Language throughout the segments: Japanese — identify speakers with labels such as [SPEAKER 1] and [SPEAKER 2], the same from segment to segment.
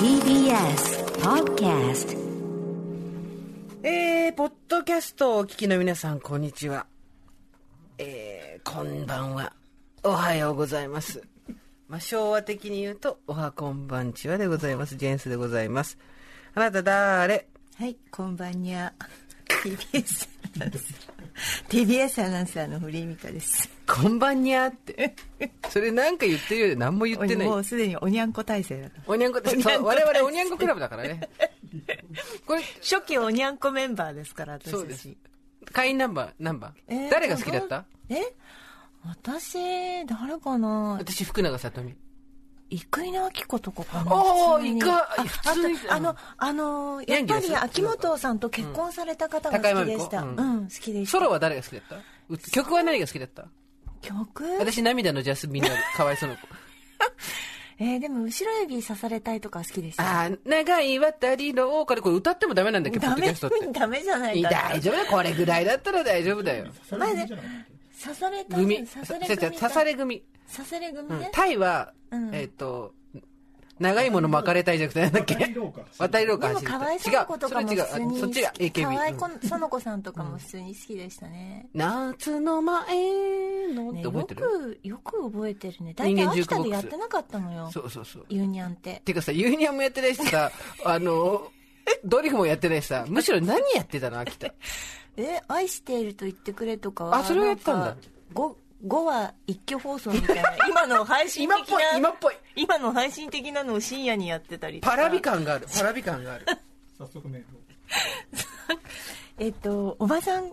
[SPEAKER 1] TBS Podcast
[SPEAKER 2] えー、ポッドキャストをお聞きの皆さん、こんにちは。えー、こんばんは。おはようございます。まあ、昭和的に言うと、おはこんばんちはでございます。ジェンスでございます。あなただーれ
[SPEAKER 3] はい、こんばんにゃ。TBS アナウンサー。TBS アナウンサーの堀井美香です。
[SPEAKER 2] こんばんにゃーって。それなんか言ってるより何も言ってない
[SPEAKER 3] も。うすでにおにゃんこ体制だから。
[SPEAKER 2] おにゃんこ、そう
[SPEAKER 3] おにゃんこ
[SPEAKER 2] 我々おにゃんこクラブだからね。これ、
[SPEAKER 3] 初期おにゃんこメンバーですから、私
[SPEAKER 2] そう
[SPEAKER 3] た
[SPEAKER 2] です
[SPEAKER 3] ち。
[SPEAKER 2] 会員ナンバー、何番、
[SPEAKER 3] えー
[SPEAKER 2] 誰が好きだった
[SPEAKER 3] え私、誰かな
[SPEAKER 2] 私、福永さとみ。
[SPEAKER 3] 生稲晃子とかかな
[SPEAKER 2] おー
[SPEAKER 3] 普通に
[SPEAKER 2] 生
[SPEAKER 3] あ
[SPEAKER 2] あ普通に
[SPEAKER 3] あとあの、あの、やっぱり秋元さんと結婚された方が好きでした。
[SPEAKER 2] う
[SPEAKER 3] うんん、
[SPEAKER 2] 高山
[SPEAKER 3] 好きでした。
[SPEAKER 2] ソロは誰が好きだったう曲は何が好きだった
[SPEAKER 3] 曲
[SPEAKER 2] 私、涙のジャスミンのかわいそうな子。
[SPEAKER 3] えーでも、後ろ指刺されたいとか好きでし た。
[SPEAKER 2] あー長い渡りの大からこれ歌ってもダメなんだっけど、ポッ
[SPEAKER 3] ダ
[SPEAKER 2] ドキャ
[SPEAKER 3] メ
[SPEAKER 2] ストって。、
[SPEAKER 3] ダメじゃない
[SPEAKER 2] い
[SPEAKER 3] か
[SPEAKER 2] や
[SPEAKER 3] な。
[SPEAKER 2] 大丈夫だよ、これぐらいだったら大丈夫だよ。
[SPEAKER 3] まず、刺された
[SPEAKER 2] 組。
[SPEAKER 3] 刺
[SPEAKER 2] さ
[SPEAKER 3] され
[SPEAKER 2] さ
[SPEAKER 3] 組
[SPEAKER 2] さ
[SPEAKER 3] か
[SPEAKER 2] 刺され組。
[SPEAKER 3] 刺され組
[SPEAKER 2] うん
[SPEAKER 3] ね、
[SPEAKER 2] タイは、
[SPEAKER 3] うん
[SPEAKER 2] えっと、長いもの巻かれたいじゃなくて、なんだっけ渡り廊下
[SPEAKER 3] でも
[SPEAKER 2] 走り
[SPEAKER 3] か
[SPEAKER 2] た
[SPEAKER 3] わ
[SPEAKER 2] い。
[SPEAKER 3] いそ
[SPEAKER 2] 違
[SPEAKER 3] の
[SPEAKER 2] う
[SPEAKER 3] 子、と
[SPEAKER 2] そ
[SPEAKER 3] か
[SPEAKER 2] れ
[SPEAKER 3] も
[SPEAKER 2] 違
[SPEAKER 3] 普通
[SPEAKER 2] う。
[SPEAKER 3] に
[SPEAKER 2] そっちが
[SPEAKER 3] かわいこ
[SPEAKER 2] AKB。
[SPEAKER 3] その子さんとかも普通に好きでしたね,、
[SPEAKER 2] 夏の前のっ
[SPEAKER 3] ね
[SPEAKER 2] て
[SPEAKER 3] よ
[SPEAKER 2] 覚えてる
[SPEAKER 3] くよく覚えてるね大体
[SPEAKER 2] 人間ジュ
[SPEAKER 3] 秋
[SPEAKER 2] ークボッ
[SPEAKER 3] 田
[SPEAKER 2] クス
[SPEAKER 3] でやってなかったのよ
[SPEAKER 2] そうそうそう。
[SPEAKER 3] ユニャンって
[SPEAKER 2] てかさ、ユーニアンもやってないしさ、あの、ドリフもやってないしさ、むしろ何やってたの、秋田。
[SPEAKER 3] え愛していると言ってくれとかは
[SPEAKER 2] あそれをやってたんだ
[SPEAKER 3] なんかごごは一挙放送みたいな今の配信
[SPEAKER 2] 今っ
[SPEAKER 3] 的
[SPEAKER 2] ぽい
[SPEAKER 3] な、
[SPEAKER 2] 今っぽい。
[SPEAKER 3] 今の配信的なのを深夜にやってたりとか
[SPEAKER 2] パラビ感がある。パラビ感がある。
[SPEAKER 3] えっとおばさんっ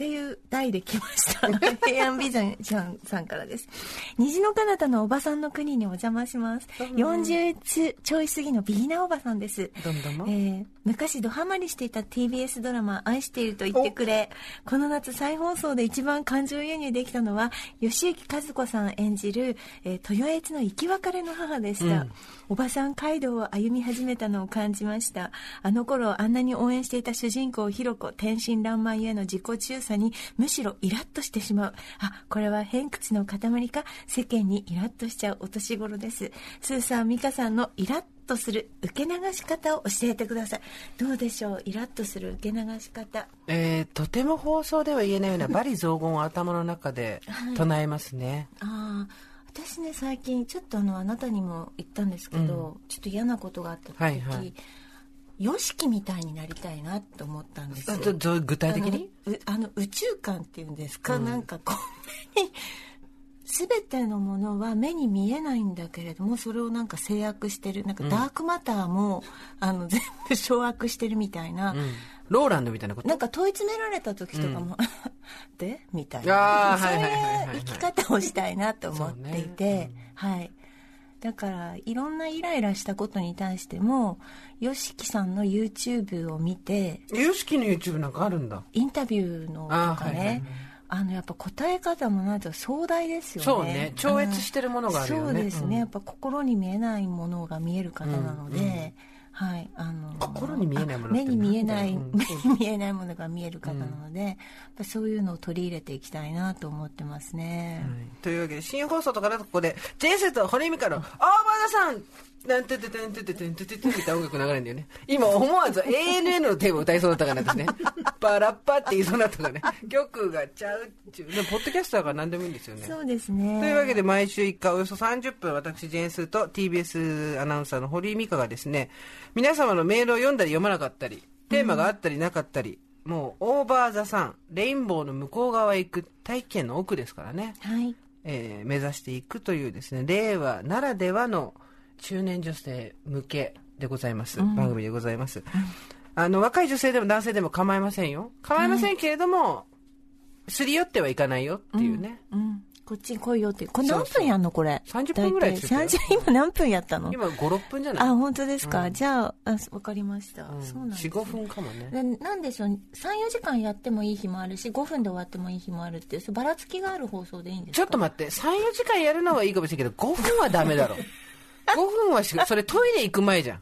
[SPEAKER 3] ていう題で来ました 平安美女ちゃんさんからです虹の彼方のおばさんの国にお邪魔します40つちょい過ぎのビーナおばさんです
[SPEAKER 2] どんどんも
[SPEAKER 3] えー昔ドハマりしていた TBS ドラマ「愛していると言ってくれ」この夏再放送で一番感情移入できたのは吉行和子さん演じる、えー豊悦の生き別れの母でした、おばさん街道を歩み始めたのを感じましたあの頃あんなに応援していた主人公ひろ子天真爛漫ゆえの自己中さにむしろイラッとしてしまうあこれは偏屈の塊か世間にイラッとしちゃうお年頃ですスーさん美香さんのイラッとする受け流し方を教えてくださいどうでしょうイラッとする受け流し方
[SPEAKER 2] えーとても放送では言えないようなバリ雑言を頭の中で唱えますね、
[SPEAKER 3] ああ私ね最近ちょっとあのあなたにも言ったんですけど、ちょっと嫌なことがあった時、
[SPEAKER 2] はいはい
[SPEAKER 3] よしきみたいになりたいなと思ったんですよ
[SPEAKER 2] あちょどう具体的に
[SPEAKER 3] あのうあの宇宙観っていうんですか、なんかこう 目に全てのものは目に見えないんだけれどもそれをなんか制約してるなんかダークマターも、あの全部掌握してるみたいな、
[SPEAKER 2] うんローランドみたいなこと
[SPEAKER 3] なんか問い詰められた時とかも、 でみたい
[SPEAKER 2] あー
[SPEAKER 3] なそう
[SPEAKER 2] はいいはいはいはいはいう
[SPEAKER 3] 生き方をしたいなと思っていて、
[SPEAKER 2] そうね
[SPEAKER 3] はいだからいろんなイライラしたことに対しても YOSHIKI さんの YouTube を見て
[SPEAKER 2] 有識の YouTube なんかあるんだ
[SPEAKER 3] インタビューの
[SPEAKER 2] あー
[SPEAKER 3] とか
[SPEAKER 2] はいはいはい
[SPEAKER 3] ねあ,、のやっぱ答え方もなんていうか壮大ですよね
[SPEAKER 2] そうね超越して
[SPEAKER 3] る
[SPEAKER 2] るものがあるよね、
[SPEAKER 3] そうですね、
[SPEAKER 2] うん
[SPEAKER 3] やっぱ心に見えないものが見える方なので、はいあの
[SPEAKER 2] 心に見えないものって
[SPEAKER 3] あ目に見えない、
[SPEAKER 2] なんだ
[SPEAKER 3] 目に見えないものが見える方なので、やっぱそういうのを取り入れていきたいなと思ってますね、
[SPEAKER 2] というわけで新放送とかだとここで「ジェンセと堀美香の大場田さん!」なんてててんてててんてててんみたいな音楽流れるんだよね今思わず ANN のテーマ歌いそうだったからですねパラッパって言いそうだったからね曲がちゃうっちゅうでもポッドキャスターが何でもいいんですよね
[SPEAKER 3] そうですね
[SPEAKER 2] というわけで毎週1回およそ30分私ジェーンスーと TBS アナウンサーの堀井美香がですね皆様のメールを読んだり読まなかったりテーマがあったりなかったり、もうオーバーザさんレインボーの向こう側へ行く大気圏の奥ですからね、
[SPEAKER 3] はい
[SPEAKER 2] えー目指していくというですね令和ならではの中年女性向けでございます、番組でございます、あの若い女性でも男性でも構いませんよ構いませんけれども、すり寄ってはいかないよっていうね、
[SPEAKER 3] うん、こっち来いよって。これ
[SPEAKER 2] そう
[SPEAKER 3] 何分やんのこれ。
[SPEAKER 2] 30分ぐらい
[SPEAKER 3] 大
[SPEAKER 2] で
[SPEAKER 3] 体
[SPEAKER 2] すよ
[SPEAKER 3] 30今何分やったの
[SPEAKER 2] 今56分じゃない
[SPEAKER 3] あ、本当ですか。
[SPEAKER 2] うん
[SPEAKER 3] じゃあ、あわかりました。
[SPEAKER 2] うん
[SPEAKER 3] そうなんです、
[SPEAKER 2] 45分かもね
[SPEAKER 3] でなんでしょう34時間やってもいい日もあるし5分で終わってもいい日もあるっていうそうばらつきがある放送でいいんです
[SPEAKER 2] ちょ
[SPEAKER 3] か
[SPEAKER 2] っと待って34時間やるのはいいかもしれないけど5分はダメだ ろ5分はしそれトイレ行く前じゃん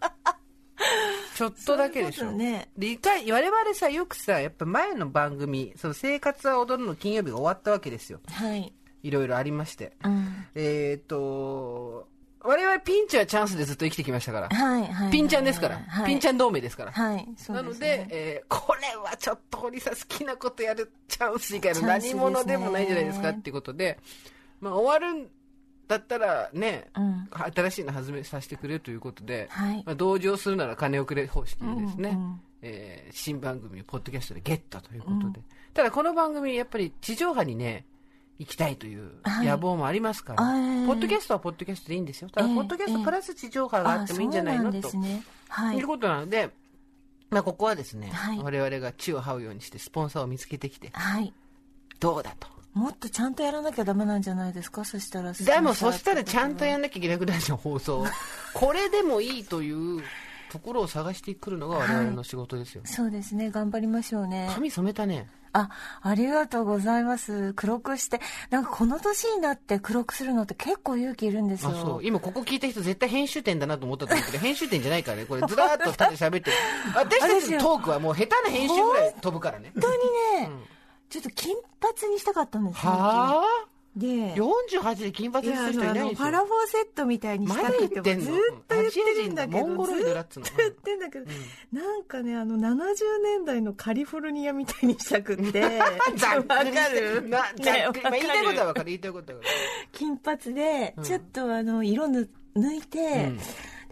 [SPEAKER 2] ちょっとだけでし
[SPEAKER 3] そういう
[SPEAKER 2] ょ
[SPEAKER 3] ことね
[SPEAKER 2] で一回我々さよくさやっぱ前の番組「その生活は踊る」の金曜日が終わったわけですよ
[SPEAKER 3] はい、
[SPEAKER 2] いろいろありまして
[SPEAKER 3] うん、
[SPEAKER 2] えっ、ー、と我々ピンチはチャンスでずっと生きてきましたから、
[SPEAKER 3] はいはいはい
[SPEAKER 2] ピンちゃんですから、
[SPEAKER 3] はい、
[SPEAKER 2] ピンち
[SPEAKER 3] ゃ
[SPEAKER 2] ゃん同盟ですから、
[SPEAKER 3] んはいそう
[SPEAKER 2] な
[SPEAKER 3] で
[SPEAKER 2] の
[SPEAKER 3] す
[SPEAKER 2] で、
[SPEAKER 3] ね
[SPEAKER 2] えーこれはちょっと堀さん好きなことやるチャンス以外の
[SPEAKER 3] チャンス
[SPEAKER 2] 何
[SPEAKER 3] ですね
[SPEAKER 2] 者でもないじゃないですかっていうことで、まあ終わるんだったらね、
[SPEAKER 3] うん
[SPEAKER 2] 新しいの始めさせてくれるということで、
[SPEAKER 3] はい
[SPEAKER 2] まあ、同情するなら金をくれ方式でですね、
[SPEAKER 3] うんうん
[SPEAKER 2] えー新番組をポッドキャストでゲットということで、ただこの番組やっぱり地上波にね、行きたいという
[SPEAKER 3] はい
[SPEAKER 2] 野望もありますから、
[SPEAKER 3] あー
[SPEAKER 2] ポッドキャストはポッドキャストでいいんですよ。ただ、
[SPEAKER 3] ええ
[SPEAKER 2] ポッドキャストプラス地上波があってもいいんじゃないの
[SPEAKER 3] あそうなんで
[SPEAKER 2] と
[SPEAKER 3] す。ねはい
[SPEAKER 2] ということなので、まあ、ここはですね、
[SPEAKER 3] はい
[SPEAKER 2] 我々が地を這うようにしてスポンサーを見つけてきて
[SPEAKER 3] はい
[SPEAKER 2] どうだと
[SPEAKER 3] もっとちゃんとやらなきゃダメなんじゃないですかそしたら
[SPEAKER 2] でもそしたらちゃんとやんなきゃいけなくなるじゃん放送これでもいいというところを探してくるのが我々の仕事ですよ、
[SPEAKER 3] そうですね頑張りましょうね
[SPEAKER 2] 髪染めたね
[SPEAKER 3] あ、ありがとうございます。黒くして。なんかこの年になって黒くするのって結構勇気いるんです
[SPEAKER 2] あ
[SPEAKER 3] よ。
[SPEAKER 2] そう今ここ聞いた人絶対編集点だなと思ったと思うけど編集点じゃないからねこれ ずらーっと立って喋ってる私たちのトークはもう下手な編集ぐらい飛ぶからね
[SPEAKER 3] 本当にね、ちょっと金髪にしたかったんですよ。
[SPEAKER 2] はあ
[SPEAKER 3] で、
[SPEAKER 2] 48で金髪
[SPEAKER 3] い
[SPEAKER 2] にす
[SPEAKER 3] や
[SPEAKER 2] る人
[SPEAKER 3] あの
[SPEAKER 2] い
[SPEAKER 3] あ
[SPEAKER 2] ない
[SPEAKER 3] の
[SPEAKER 2] でし
[SPEAKER 3] パ
[SPEAKER 2] ょ
[SPEAKER 3] ラフォーセットみたいにしたくて
[SPEAKER 2] まだ言ってんの
[SPEAKER 3] もずっと言ってる
[SPEAKER 2] う
[SPEAKER 3] んだけ
[SPEAKER 2] んアジア人だモン
[SPEAKER 3] ど
[SPEAKER 2] ゴロイ
[SPEAKER 3] ず
[SPEAKER 2] ドだ
[SPEAKER 3] っ
[SPEAKER 2] っつう
[SPEAKER 3] と
[SPEAKER 2] の
[SPEAKER 3] 言ってんだけど、なんかねあの70年代のカリフォルニアみたいにしたくってわ
[SPEAKER 2] ざっく
[SPEAKER 3] か
[SPEAKER 2] りして
[SPEAKER 3] る
[SPEAKER 2] なざっくり
[SPEAKER 3] ね
[SPEAKER 2] まあ、言いたいことは分
[SPEAKER 3] わかる
[SPEAKER 2] かる言いたいことは分か
[SPEAKER 3] 金髪でちょっとあの色ぬ抜いて、
[SPEAKER 2] うん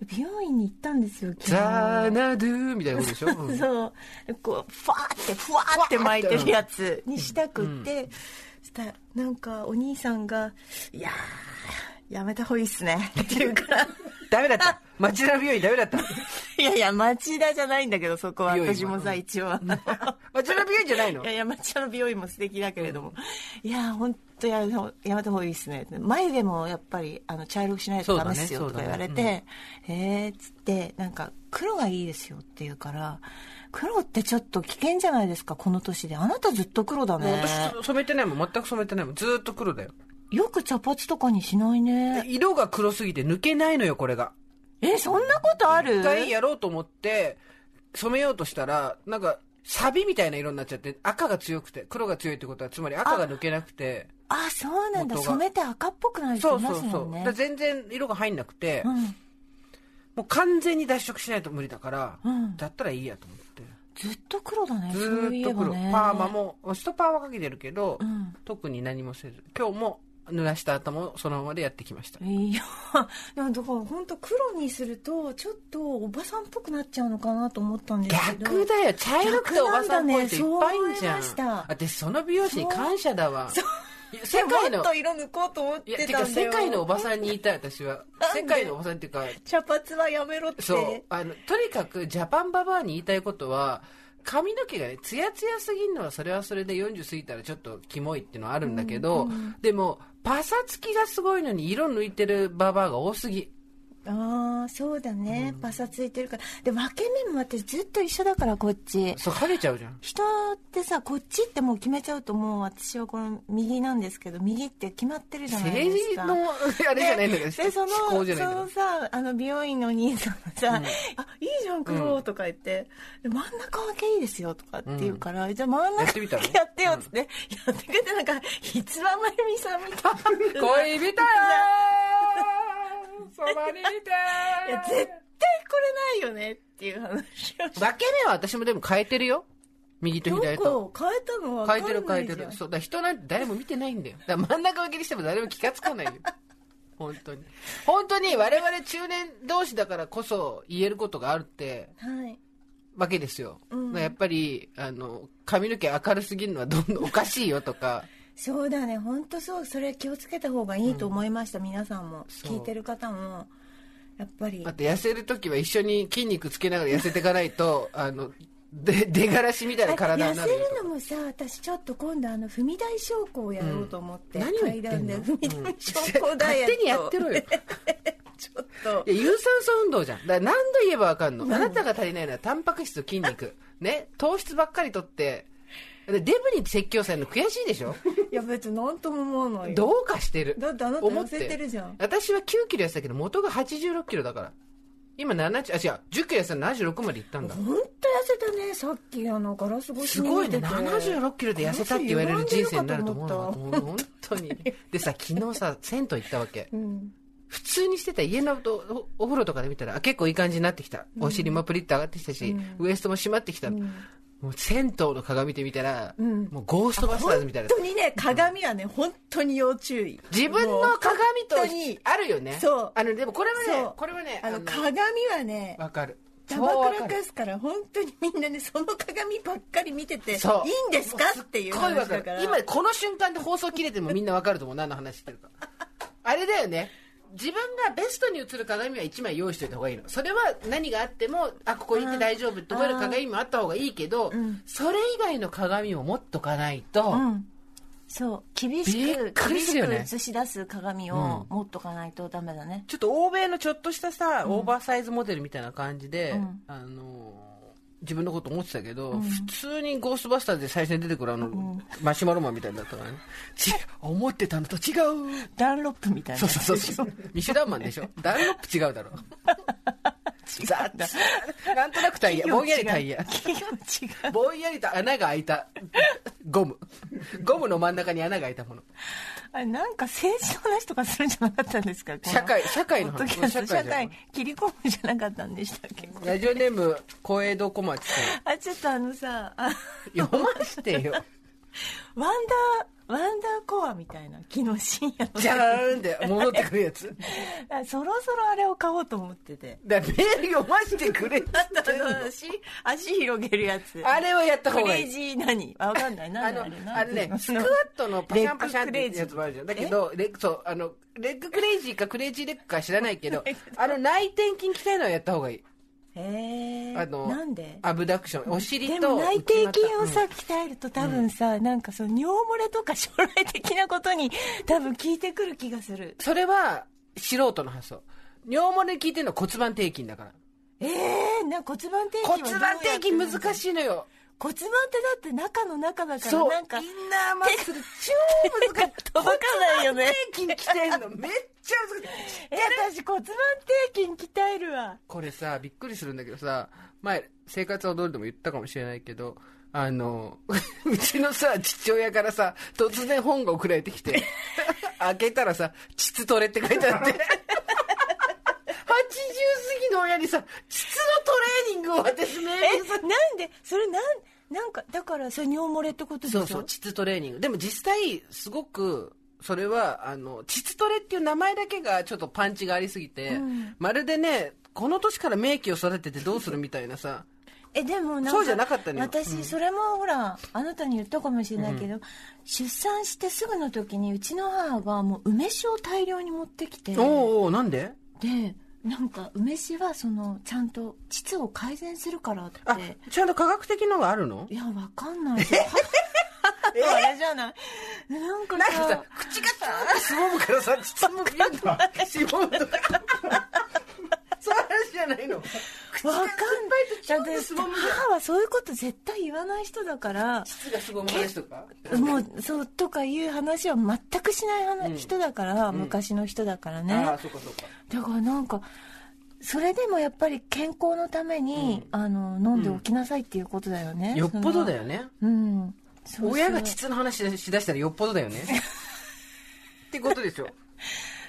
[SPEAKER 3] 美容院に行ったんですよ
[SPEAKER 2] る
[SPEAKER 3] 昨
[SPEAKER 2] ザ
[SPEAKER 3] 日
[SPEAKER 2] ーナドゥみたいなことでし ょ、うん
[SPEAKER 3] そうこうファーってふわーって巻いてるやつにしたくって、したらなんかお兄さんが「いやーやめた方がいいっす ね」って言うから「
[SPEAKER 2] ダメだった町田美容院ダメだった
[SPEAKER 3] いやいや町田じゃないんだけどそこは
[SPEAKER 2] 美容院は
[SPEAKER 3] 私もさ一応あの
[SPEAKER 2] 町田美容院じゃないの
[SPEAKER 3] いやいや町田の美容院も素敵だけれども、いや本当やめた方やめた方がいいっすねって眉毛もやっぱりあの茶色くしないとダメっすよ
[SPEAKER 2] そ
[SPEAKER 3] と
[SPEAKER 2] うだ
[SPEAKER 3] か
[SPEAKER 2] ね
[SPEAKER 3] 言われて、えーっつってなんか黒がいいですよって言うから黒ってちょっと危険じゃないですかこの年であなたずっと黒だ
[SPEAKER 2] もう
[SPEAKER 3] ね
[SPEAKER 2] 私染めてないもん全く染めてないもんずーっと黒だよ
[SPEAKER 3] よく茶髪とかにしないね
[SPEAKER 2] 色が黒すぎて抜けないのよこれが
[SPEAKER 3] えそんなことある
[SPEAKER 2] 一回やろうと思って染めようとしたらなんかサビみたいな色になっちゃって赤が強くて黒が強いってことはつまり赤が抜けなくて
[SPEAKER 3] あそうなん
[SPEAKER 2] 元
[SPEAKER 3] だ
[SPEAKER 2] が
[SPEAKER 3] 染めて赤っぽくなる人
[SPEAKER 2] そ
[SPEAKER 3] いうま
[SPEAKER 2] そう
[SPEAKER 3] す
[SPEAKER 2] そ
[SPEAKER 3] も
[SPEAKER 2] う、
[SPEAKER 3] ん
[SPEAKER 2] だ
[SPEAKER 3] ね
[SPEAKER 2] から全然色が入んなくて、
[SPEAKER 3] うん
[SPEAKER 2] もう完全に脱色しないと無理だから、
[SPEAKER 3] うん
[SPEAKER 2] だったらいいやと思って
[SPEAKER 3] ずっと黒だね
[SPEAKER 2] ず
[SPEAKER 3] そう
[SPEAKER 2] ー
[SPEAKER 3] い
[SPEAKER 2] っ
[SPEAKER 3] え
[SPEAKER 2] と
[SPEAKER 3] ば
[SPEAKER 2] 黒、
[SPEAKER 3] ね
[SPEAKER 2] パーマもストパーはかけてるけど、
[SPEAKER 3] うん
[SPEAKER 2] 特に何もせず今日も濡らした頭をそのままでやってきました
[SPEAKER 3] いや、 なんだから本当黒にするとちょっとおばさんっぽくなっちゃうのかなと思ったんですけど。
[SPEAKER 2] 逆だよ茶色くておばさんっぽいっていっぱいいんじゃん
[SPEAKER 3] 逆なんだねそう思いました
[SPEAKER 2] 私その美容師に感謝だわいや世界
[SPEAKER 3] も
[SPEAKER 2] の
[SPEAKER 3] っと色抜こうと思っ
[SPEAKER 2] い
[SPEAKER 3] て
[SPEAKER 2] や
[SPEAKER 3] たん
[SPEAKER 2] て
[SPEAKER 3] だ
[SPEAKER 2] か
[SPEAKER 3] よ。
[SPEAKER 2] 世界のおばさんに言いたい私は世界のおばさんっていうか
[SPEAKER 3] 茶髪はやめろって。
[SPEAKER 2] そうあのとにかくジャパンババアに言いたいことは髪の毛がねツヤツヤすぎるのはそれはそれで40過ぎたらちょっとキモいっていうのはあるんだけど、でもパサつきがすごいのに色抜いてるババアが多すぎ
[SPEAKER 3] ああ、そうだね。パサついてるから。で、分け目も私ずっと一緒だからこっち。
[SPEAKER 2] そう晴れちゃうじゃん
[SPEAKER 3] 人ってさ、こっちってもう決めちゃうともう私はこの右なんですけど、右って決まってるじゃないです
[SPEAKER 2] 政
[SPEAKER 3] か。
[SPEAKER 2] 治のあれじゃないんだけど、
[SPEAKER 3] でその
[SPEAKER 2] 思考じゃないん
[SPEAKER 3] そ
[SPEAKER 2] だ
[SPEAKER 3] のさあの美容院のお兄さんがさ「あいいじゃん黒」とか言って、で真ん中分けいいですよ」とかって言うから「じゃあ真ん中
[SPEAKER 2] やってみたの
[SPEAKER 3] やってよ」っつって、やってくれてなんかひつままゆみさんみたいな
[SPEAKER 2] 恋人よそばにい
[SPEAKER 3] いや絶
[SPEAKER 2] て
[SPEAKER 3] 対これないよねっていう話をして
[SPEAKER 2] 分け目は私もでも変えてるよ右と左と
[SPEAKER 3] どこ変えたのは
[SPEAKER 2] 変えてる変えてるそうだから人なんて誰も見てないんだよだから真ん中分けにしても誰も気がつか ないよ本当に本当に我々中年同士だからこそ言えることがあるって
[SPEAKER 3] はい
[SPEAKER 2] わけですよ、だからやっぱりあの髪の毛明るすぎるのはどんどんおかしいよとか
[SPEAKER 3] そうだね本当そうそれ気をつけた方がいいと思いました、皆さんも
[SPEAKER 2] そう
[SPEAKER 3] 聞いてる方もやっぱり
[SPEAKER 2] あと痩せる時は一緒に筋肉つけながら痩せていかないとあので出がらしみたいな体になるよ
[SPEAKER 3] 痩せるのも今日さ私ちょっと今度あの踏み台昇降をやろうと思って、
[SPEAKER 2] うん何を言
[SPEAKER 3] 階
[SPEAKER 2] ってんの
[SPEAKER 3] 段で踏み台昇降
[SPEAKER 2] 勝
[SPEAKER 3] ダイエット
[SPEAKER 2] 手にやってろよ
[SPEAKER 3] ちょっと
[SPEAKER 2] いや有酸素運動じゃんだから何度言えばわかんの、あなたが足りないのはタンパク質と筋肉ね糖質ばっかりとってでデブに説教されるの悔しいでし ょ
[SPEAKER 3] いや別に何とも思わないよ
[SPEAKER 2] どうかしてる
[SPEAKER 3] だってあなた
[SPEAKER 2] 思
[SPEAKER 3] 痩せてるじゃん
[SPEAKER 2] 私は9キロ痩せたけど元が86キロだから今70あ違う10キロ痩せたら76までいったんだ
[SPEAKER 3] 本当痩せたねさっきあのガラス越し
[SPEAKER 2] す
[SPEAKER 3] に
[SPEAKER 2] ご
[SPEAKER 3] 見
[SPEAKER 2] い
[SPEAKER 3] て
[SPEAKER 2] ね
[SPEAKER 3] て
[SPEAKER 2] 76キロで痩せたって言われる人生になると思う
[SPEAKER 3] ガラ
[SPEAKER 2] の
[SPEAKER 3] ス
[SPEAKER 2] もう本当にでさ昨日さ銭湯行ったわけ
[SPEAKER 3] うん
[SPEAKER 2] 普通にしてた家のおお風呂とかで見たらあ結構いい感じになってきたお尻もプリッと上がってきたし、ウエストも締まってきた、もう銭湯の鏡で見たら、もうゴーストバスターズみたい
[SPEAKER 3] 本
[SPEAKER 2] な
[SPEAKER 3] 当にね鏡はね本当に要注意
[SPEAKER 2] 自分の鏡と
[SPEAKER 3] もう本当に
[SPEAKER 2] あるよね
[SPEAKER 3] そう
[SPEAKER 2] あのでもこれは
[SPEAKER 3] そ
[SPEAKER 2] ね
[SPEAKER 3] う
[SPEAKER 2] これはね
[SPEAKER 3] あの鏡はね
[SPEAKER 2] わかる
[SPEAKER 3] タバ
[SPEAKER 2] そう
[SPEAKER 3] コ
[SPEAKER 2] わか
[SPEAKER 3] ら
[SPEAKER 2] る
[SPEAKER 3] かすから本当にみんなねその鏡ばっかり見てていい
[SPEAKER 2] そう
[SPEAKER 3] んですかっていう
[SPEAKER 2] 声
[SPEAKER 3] 話
[SPEAKER 2] わか
[SPEAKER 3] だ
[SPEAKER 2] る
[SPEAKER 3] から
[SPEAKER 2] 今この瞬間で放送切れてもみんなわかると思う何の話してる かあれだよね自分がベストに映る鏡は1枚用意しておいた方がいいのそれは何があってもあここ行って大丈夫って思える鏡もあった方がいいけど、それ以外の鏡を持っとかないと、
[SPEAKER 3] うんそう厳
[SPEAKER 2] び
[SPEAKER 3] し
[SPEAKER 2] っ
[SPEAKER 3] く
[SPEAKER 2] くり
[SPEAKER 3] 厳
[SPEAKER 2] す
[SPEAKER 3] し
[SPEAKER 2] るよ
[SPEAKER 3] く
[SPEAKER 2] ね
[SPEAKER 3] 映し出す鏡を持っとかないとダメだね
[SPEAKER 2] ちょっと欧米のちょっとしたさ、オーバーサイズモデルみたいな感じで、
[SPEAKER 3] うん
[SPEAKER 2] あの自分のこと思ってたけど、普通にゴーストバスターズで最初に出てくるあの、マシュマロマンみたいになったからねち思ってたのと違う
[SPEAKER 3] ダンロップみたい
[SPEAKER 2] そ
[SPEAKER 3] な
[SPEAKER 2] うそうそう。ミシュランマンでしょダンロップ違うだろ。ザッなんとなくタイヤ。ぼんやりタイヤ。
[SPEAKER 3] 企業違う
[SPEAKER 2] ぼんやりと穴が開いた。ゴム。ゴムの真ん中に穴が開いたもの。
[SPEAKER 3] あれなんか政治の話とかするんじゃなかったんですかこの
[SPEAKER 2] 社会社会の話
[SPEAKER 3] ポッドキャスト
[SPEAKER 2] 社会
[SPEAKER 3] 社
[SPEAKER 2] じゃない
[SPEAKER 3] 会切り込むじゃなかったんでしたっけ
[SPEAKER 2] ラジオネーム、小江戸小町さ
[SPEAKER 3] あちょっとあのさあ
[SPEAKER 2] ん。読ましてよ。
[SPEAKER 3] ワンダーワンダーコアみたいな昨日深夜の
[SPEAKER 2] じゃーんって戻ってくるやつ。
[SPEAKER 3] あそろそろあれを買おうと思ってて
[SPEAKER 2] だからメール読ましてくれっつって んの
[SPEAKER 3] 足足広げるやつ
[SPEAKER 2] あれはやった
[SPEAKER 3] ク
[SPEAKER 2] 方が
[SPEAKER 3] レ
[SPEAKER 2] い
[SPEAKER 3] イ
[SPEAKER 2] い。
[SPEAKER 3] ジー何わかんない
[SPEAKER 2] あ
[SPEAKER 3] 何
[SPEAKER 2] の
[SPEAKER 3] あれ何
[SPEAKER 2] あれ ねスクワットのパシャンパシャンってやつもあるじゃんだけどレッそうあのレッグクレイジーかクレイジーレッグか知らないけどあの内転筋鍛えるのはやった方がいい
[SPEAKER 3] ええ
[SPEAKER 2] あの
[SPEAKER 3] なんで
[SPEAKER 2] アブダクションお尻
[SPEAKER 3] で
[SPEAKER 2] と
[SPEAKER 3] も内転筋をさ
[SPEAKER 2] 内股
[SPEAKER 3] 鍛えると多分さ、なんかその尿漏れとか将来的なことに多分効いてくる気がする
[SPEAKER 2] うんそれは素人の発想尿漏れ効いてるのは骨盤底筋だから
[SPEAKER 3] ええな骨盤底筋は
[SPEAKER 2] 骨
[SPEAKER 3] どうや
[SPEAKER 2] 盤
[SPEAKER 3] って
[SPEAKER 2] 底筋難しいのよ
[SPEAKER 3] 骨盤ってだって中の中だから
[SPEAKER 2] そうイン
[SPEAKER 3] なんか
[SPEAKER 2] ナーマッス ル超難しい
[SPEAKER 3] 届かないよね
[SPEAKER 2] 骨盤底筋鍛えるのめっちゃ難しい
[SPEAKER 3] え私骨盤底筋鍛えるわ
[SPEAKER 2] これさびっくりするんだけどさ前「生活は踊る」でも言ったかもしれないけどあの うちのさ父親からさ突然本が送られてきて開けたらさ「膣トレ」って書いてあって80過ぎの親にさ膣のトレーニングを私メー
[SPEAKER 3] え
[SPEAKER 2] ルでさ
[SPEAKER 3] なんでそれなんなんかだからそれ尿漏れってことでし
[SPEAKER 2] そ
[SPEAKER 3] ょ
[SPEAKER 2] うそう膣トレーニングでも実際すごくそれはあの膣トレっていう名前だけがちょっとパンチがありすぎて、まるでねこの年から名器を育ててどうするみたいなさ
[SPEAKER 3] えでもなんか
[SPEAKER 2] そうじゃなかったのよう
[SPEAKER 3] 私
[SPEAKER 2] ん
[SPEAKER 3] それもほらあなたに言ったかもしれないけど、出産してすぐの時にうちの母がもう梅酒を大量に持ってきて
[SPEAKER 2] おうおうなんで
[SPEAKER 3] でなんか梅酒はそのちゃんと膣を改善するからって
[SPEAKER 2] あちゃんと科学的のがあるの
[SPEAKER 3] いやわか んないあとあれじゃないなんかさ
[SPEAKER 2] 口がさすぼむからさ包むビン としぼむとかそういう話じゃないの口が
[SPEAKER 3] わかんな
[SPEAKER 2] 酸っ
[SPEAKER 3] いだっ
[SPEAKER 2] ぱいとちょっとす
[SPEAKER 3] て
[SPEAKER 2] ぼむじゃん
[SPEAKER 3] 母はそういうこと絶対言わない人だから
[SPEAKER 2] 口がすぼむ話とか
[SPEAKER 3] もうそうとかいう話は全くしない話、人だから、昔の人だからね
[SPEAKER 2] ああそうかそうか
[SPEAKER 3] だからなんかそれでもやっぱり健康のために、あの飲んでおきなさいっていうことだよね、
[SPEAKER 2] よっぽどだ
[SPEAKER 3] よ
[SPEAKER 2] よね
[SPEAKER 3] うんそうそう
[SPEAKER 2] 親が膣の話しだしたらよっぽどだよねってことでし ょ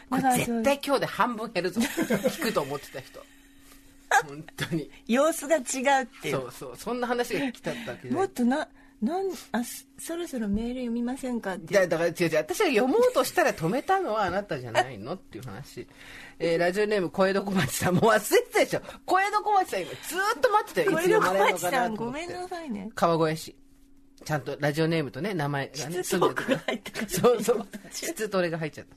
[SPEAKER 2] これ
[SPEAKER 3] だからそ
[SPEAKER 2] 絶
[SPEAKER 3] う
[SPEAKER 2] 対今日で半分減るぞ聞くと思ってた人本当に
[SPEAKER 3] 様子が違うってい
[SPEAKER 2] そううそうそんな話が来たったわけじゃな
[SPEAKER 3] も
[SPEAKER 2] い
[SPEAKER 3] っとななんあそそろそろメール読みませんかっていう
[SPEAKER 2] だだから違う違う私が読もうとしたら止めたのはあなたじゃないのっていう話、えーラジオネーム小江戸小町さんもう忘れてたでしょ小江戸小町さん今ずーっと待ってたよ
[SPEAKER 3] こ
[SPEAKER 2] いつ
[SPEAKER 3] れで
[SPEAKER 2] 読
[SPEAKER 3] 小
[SPEAKER 2] まれる
[SPEAKER 3] 町
[SPEAKER 2] のかな
[SPEAKER 3] さん
[SPEAKER 2] と
[SPEAKER 3] ご
[SPEAKER 2] 思っ
[SPEAKER 3] めん
[SPEAKER 2] て
[SPEAKER 3] なさいね
[SPEAKER 2] 川越市ちゃんとラジオネームとね名前がね
[SPEAKER 3] 質トークが
[SPEAKER 2] 住んで
[SPEAKER 3] 入って
[SPEAKER 2] る
[SPEAKER 3] くる
[SPEAKER 2] そうそう質トレが入っちゃった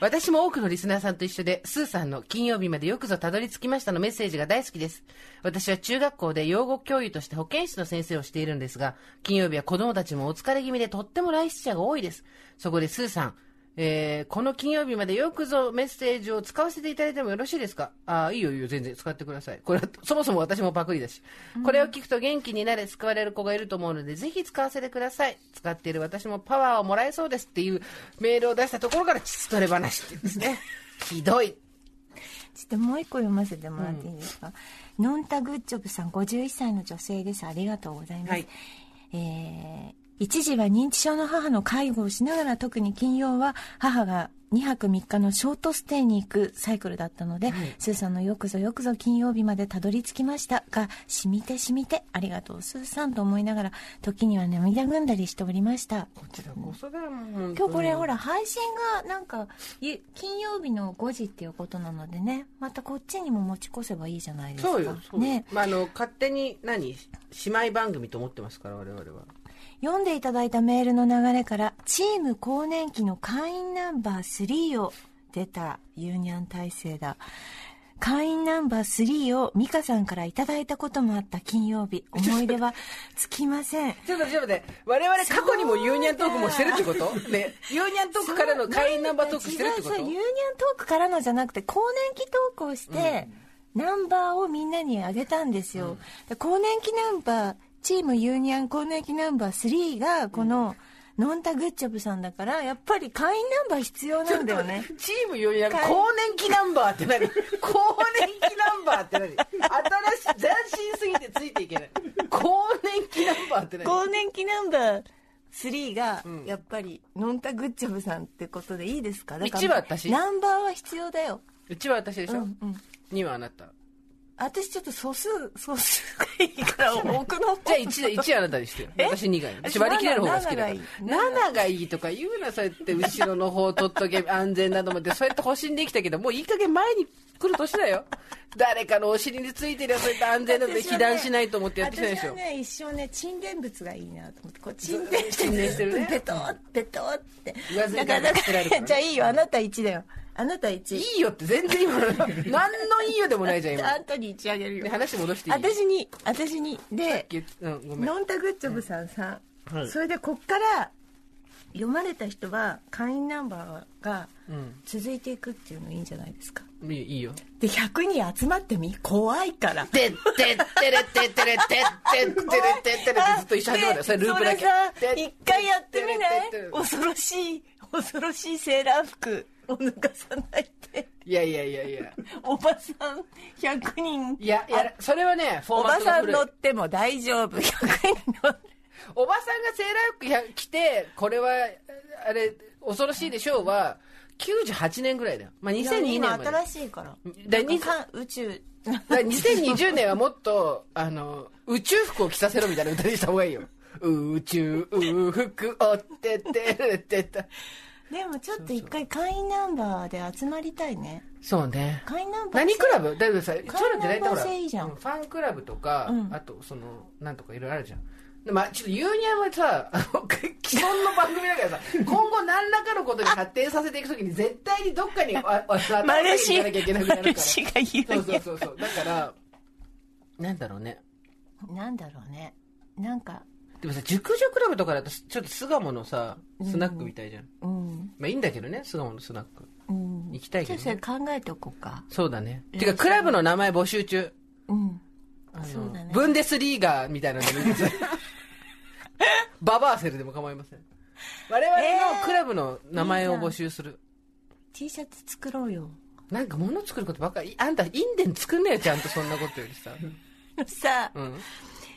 [SPEAKER 2] 私も多くのリスナーさんと一緒で、スーさんの金曜日までよくぞたどり着きましたのメッセージが大好きです。私は中学校で養護教諭として保健室の先生をしているんですが、金曜日は子供たちもお疲れ気味でとっても来室者が多いです。そこでスーさん、えー、この金曜日までよくぞメッセージを使わせていただいてもよろしいですかああ、いいよいいよ、全然使ってください。これは、そもそも私もパクリだし。これを聞くと元気になれ、救われる子がいると思うので、ぜひ使わせてください。使っている私もパワーをもらえそうですっていうメールを出したところから、ちつとれ話っていうんです ね。ひどい。
[SPEAKER 3] ちょっともう一個読ませてもらっていいですか、ノンタグッチョブさん51歳の女性ですありがとうございます、
[SPEAKER 2] はい
[SPEAKER 3] えー一時は認知症の母の介護をしながら特に金曜は母が2泊3日のショートステイに行くサイクルだったので、スーさんのよくぞよくぞ金曜日までたどり着きましたが、しみてしみてありがとうスーさんと思いながら、時には涙ぐんだりしておりました。
[SPEAKER 2] こちらこそだよ、もう。
[SPEAKER 3] 今日これほら配信がなんかゆ金曜日の5時っていうことなのでねまたこっちにも持ち越せばいいじゃないですか
[SPEAKER 2] そうよ、そうよ
[SPEAKER 3] ね
[SPEAKER 2] まあ、あの、勝手に、何、姉妹番組と思ってますから、我々は。
[SPEAKER 3] 読んでいただいたメールの流れからチーム更年期の会員ナンバー3を出たユーニャン体制だ会員ナンバー3を美香さんからいただいたこともあった金曜日思い出はつきません
[SPEAKER 4] ちょっと待って、ちょっと待って、我々過去にもユーニャントークもしてるってことね、ユーニャントークからの会員ナンバートークしてるってこ
[SPEAKER 3] 違うそうユーニャ
[SPEAKER 4] と
[SPEAKER 3] ントークからのじゃなくて更年期トークをして、ナンバーをみんなにあげたんですよ、で更年期ナンバーチームユーニャン更年期ナンバー3がこの、ノンタグッチョブさんだからやっぱり会員ナンバー必要なんだよね
[SPEAKER 4] チームユーニャン、更年期ナンバーって何更年期ナンバーって何新しい、斬新すぎてついていけない。更年期ナンバーって何
[SPEAKER 3] 更年期ナンバー3がやっぱりノンタグッチョブさんってことでいいですかだから
[SPEAKER 2] 一は私
[SPEAKER 3] ナンバーは必要だよ
[SPEAKER 2] うちは私でし
[SPEAKER 3] う
[SPEAKER 2] ょ、
[SPEAKER 3] ん
[SPEAKER 2] う
[SPEAKER 3] うん
[SPEAKER 2] 2はあなた。
[SPEAKER 3] 私ちょっと素数素数がいい から奥の方
[SPEAKER 2] じゃあ1で、一あなたにしてよ。私2がいい。私割り切れる方が好きだから。7がいいとか言うな、そうやって後ろの方を取っとけ、安全などまで、そうやって保身できたけど、もういい加減前に来る年だよ。誰かのお尻についてりゃ、そうやって安全などで被弾しないと思ってやってきたでし
[SPEAKER 3] 私は
[SPEAKER 2] ょ。
[SPEAKER 3] ね一生ね沈殿物がいいなと思ってこう沈殿して
[SPEAKER 2] 沈殿してるね
[SPEAKER 3] ベトーベトーって
[SPEAKER 2] 上ずり
[SPEAKER 3] だ
[SPEAKER 2] が
[SPEAKER 3] からだ
[SPEAKER 2] つけ
[SPEAKER 3] から
[SPEAKER 2] れるからね
[SPEAKER 3] ら じゃあいいよあなた1だよあなた1
[SPEAKER 2] いいよって全然今の、何のいいよでもないじゃん、今
[SPEAKER 3] ア。ントに1あげるよ
[SPEAKER 2] で話戻していい
[SPEAKER 3] 私に私にで
[SPEAKER 2] 言ってうん、ごめん。
[SPEAKER 3] ノンタグッチョブさんさ、
[SPEAKER 2] うんはい
[SPEAKER 3] それでこっから読まれた人は会員ナンバーが
[SPEAKER 2] うん
[SPEAKER 3] 続いていくっていうのいいんじゃないですか
[SPEAKER 2] いいいいよ。
[SPEAKER 3] で100人集まってみ怖いから
[SPEAKER 2] てってってれてってれてってってれてってれてずっと一緒に始まるよ。それループだけ。
[SPEAKER 3] それさ一回やってみない
[SPEAKER 2] てってってって
[SPEAKER 3] 恐ろしい恐ろしいセーラー服を脱がさないって
[SPEAKER 2] いやいやいやいや。
[SPEAKER 3] おばさん100人
[SPEAKER 2] いや、いや、それはね、フォ
[SPEAKER 3] お
[SPEAKER 2] ーマ
[SPEAKER 3] ば
[SPEAKER 2] ットが
[SPEAKER 3] さん
[SPEAKER 2] 古い
[SPEAKER 3] 乗っても大丈夫100人乗って
[SPEAKER 2] おばさんがセーラー服着て、これは、あれ、恐ろしいでしょうは、98年ぐらいだよ。まあ、2002年
[SPEAKER 3] 今
[SPEAKER 2] まで。だか
[SPEAKER 3] 新しいから
[SPEAKER 2] で
[SPEAKER 3] なんかか宇宙
[SPEAKER 2] ら2020年はもっと、あの、宇宙服を着させろみたいな歌にした方がいいよ。宇宙服をってってるってった。
[SPEAKER 3] でもちょっと一回会員ナンバーで集まりたいね
[SPEAKER 2] そうね。
[SPEAKER 3] 会員ナンバー
[SPEAKER 2] 何クラブだけどさ、そういうのって大体ほ
[SPEAKER 3] ナンバー
[SPEAKER 2] ら、
[SPEAKER 3] 制いいじゃん
[SPEAKER 2] うんファンクラブとか、
[SPEAKER 3] うん
[SPEAKER 2] あと、その、なんとかいろいろあるじゃん。でまあ、ちょっとユーニャンはさ、 あの既存の番組だから さ、今後何らかのことに発展させていくときに、絶対にどっ かに、あ、あ、さ
[SPEAKER 3] マル
[SPEAKER 2] 行
[SPEAKER 3] シ
[SPEAKER 2] かなきゃいけなく
[SPEAKER 3] マ
[SPEAKER 2] なる
[SPEAKER 3] ル
[SPEAKER 2] か
[SPEAKER 3] シが言
[SPEAKER 2] ら。そううそうそうそう。だから、なんだろうね。
[SPEAKER 3] なんだろうねなんか
[SPEAKER 2] でもさ、熟女クラブとかだと、ちょっと巣鴨のさ、スナックみたいじゃん。
[SPEAKER 3] うん
[SPEAKER 2] まあいいんだけどね、巣鴨のスナック。
[SPEAKER 3] うん
[SPEAKER 2] 行きたい
[SPEAKER 3] ち
[SPEAKER 2] け
[SPEAKER 3] ょっ
[SPEAKER 2] ど
[SPEAKER 3] とそれ
[SPEAKER 2] ね。
[SPEAKER 3] 考えておこうか
[SPEAKER 2] そうだね。てか、クラブの名前募集中。
[SPEAKER 3] うん
[SPEAKER 2] あの
[SPEAKER 3] そうだね
[SPEAKER 2] ブンデスリーガーみたいなのでいいです ババアセルでも構いません我々のクラブの名前を募集する、
[SPEAKER 3] T シャツ作ろうよ
[SPEAKER 2] なんか物作ることばっかりあんたインデン作んねよちゃんとそんなことよりさ、
[SPEAKER 3] さあ
[SPEAKER 2] うん、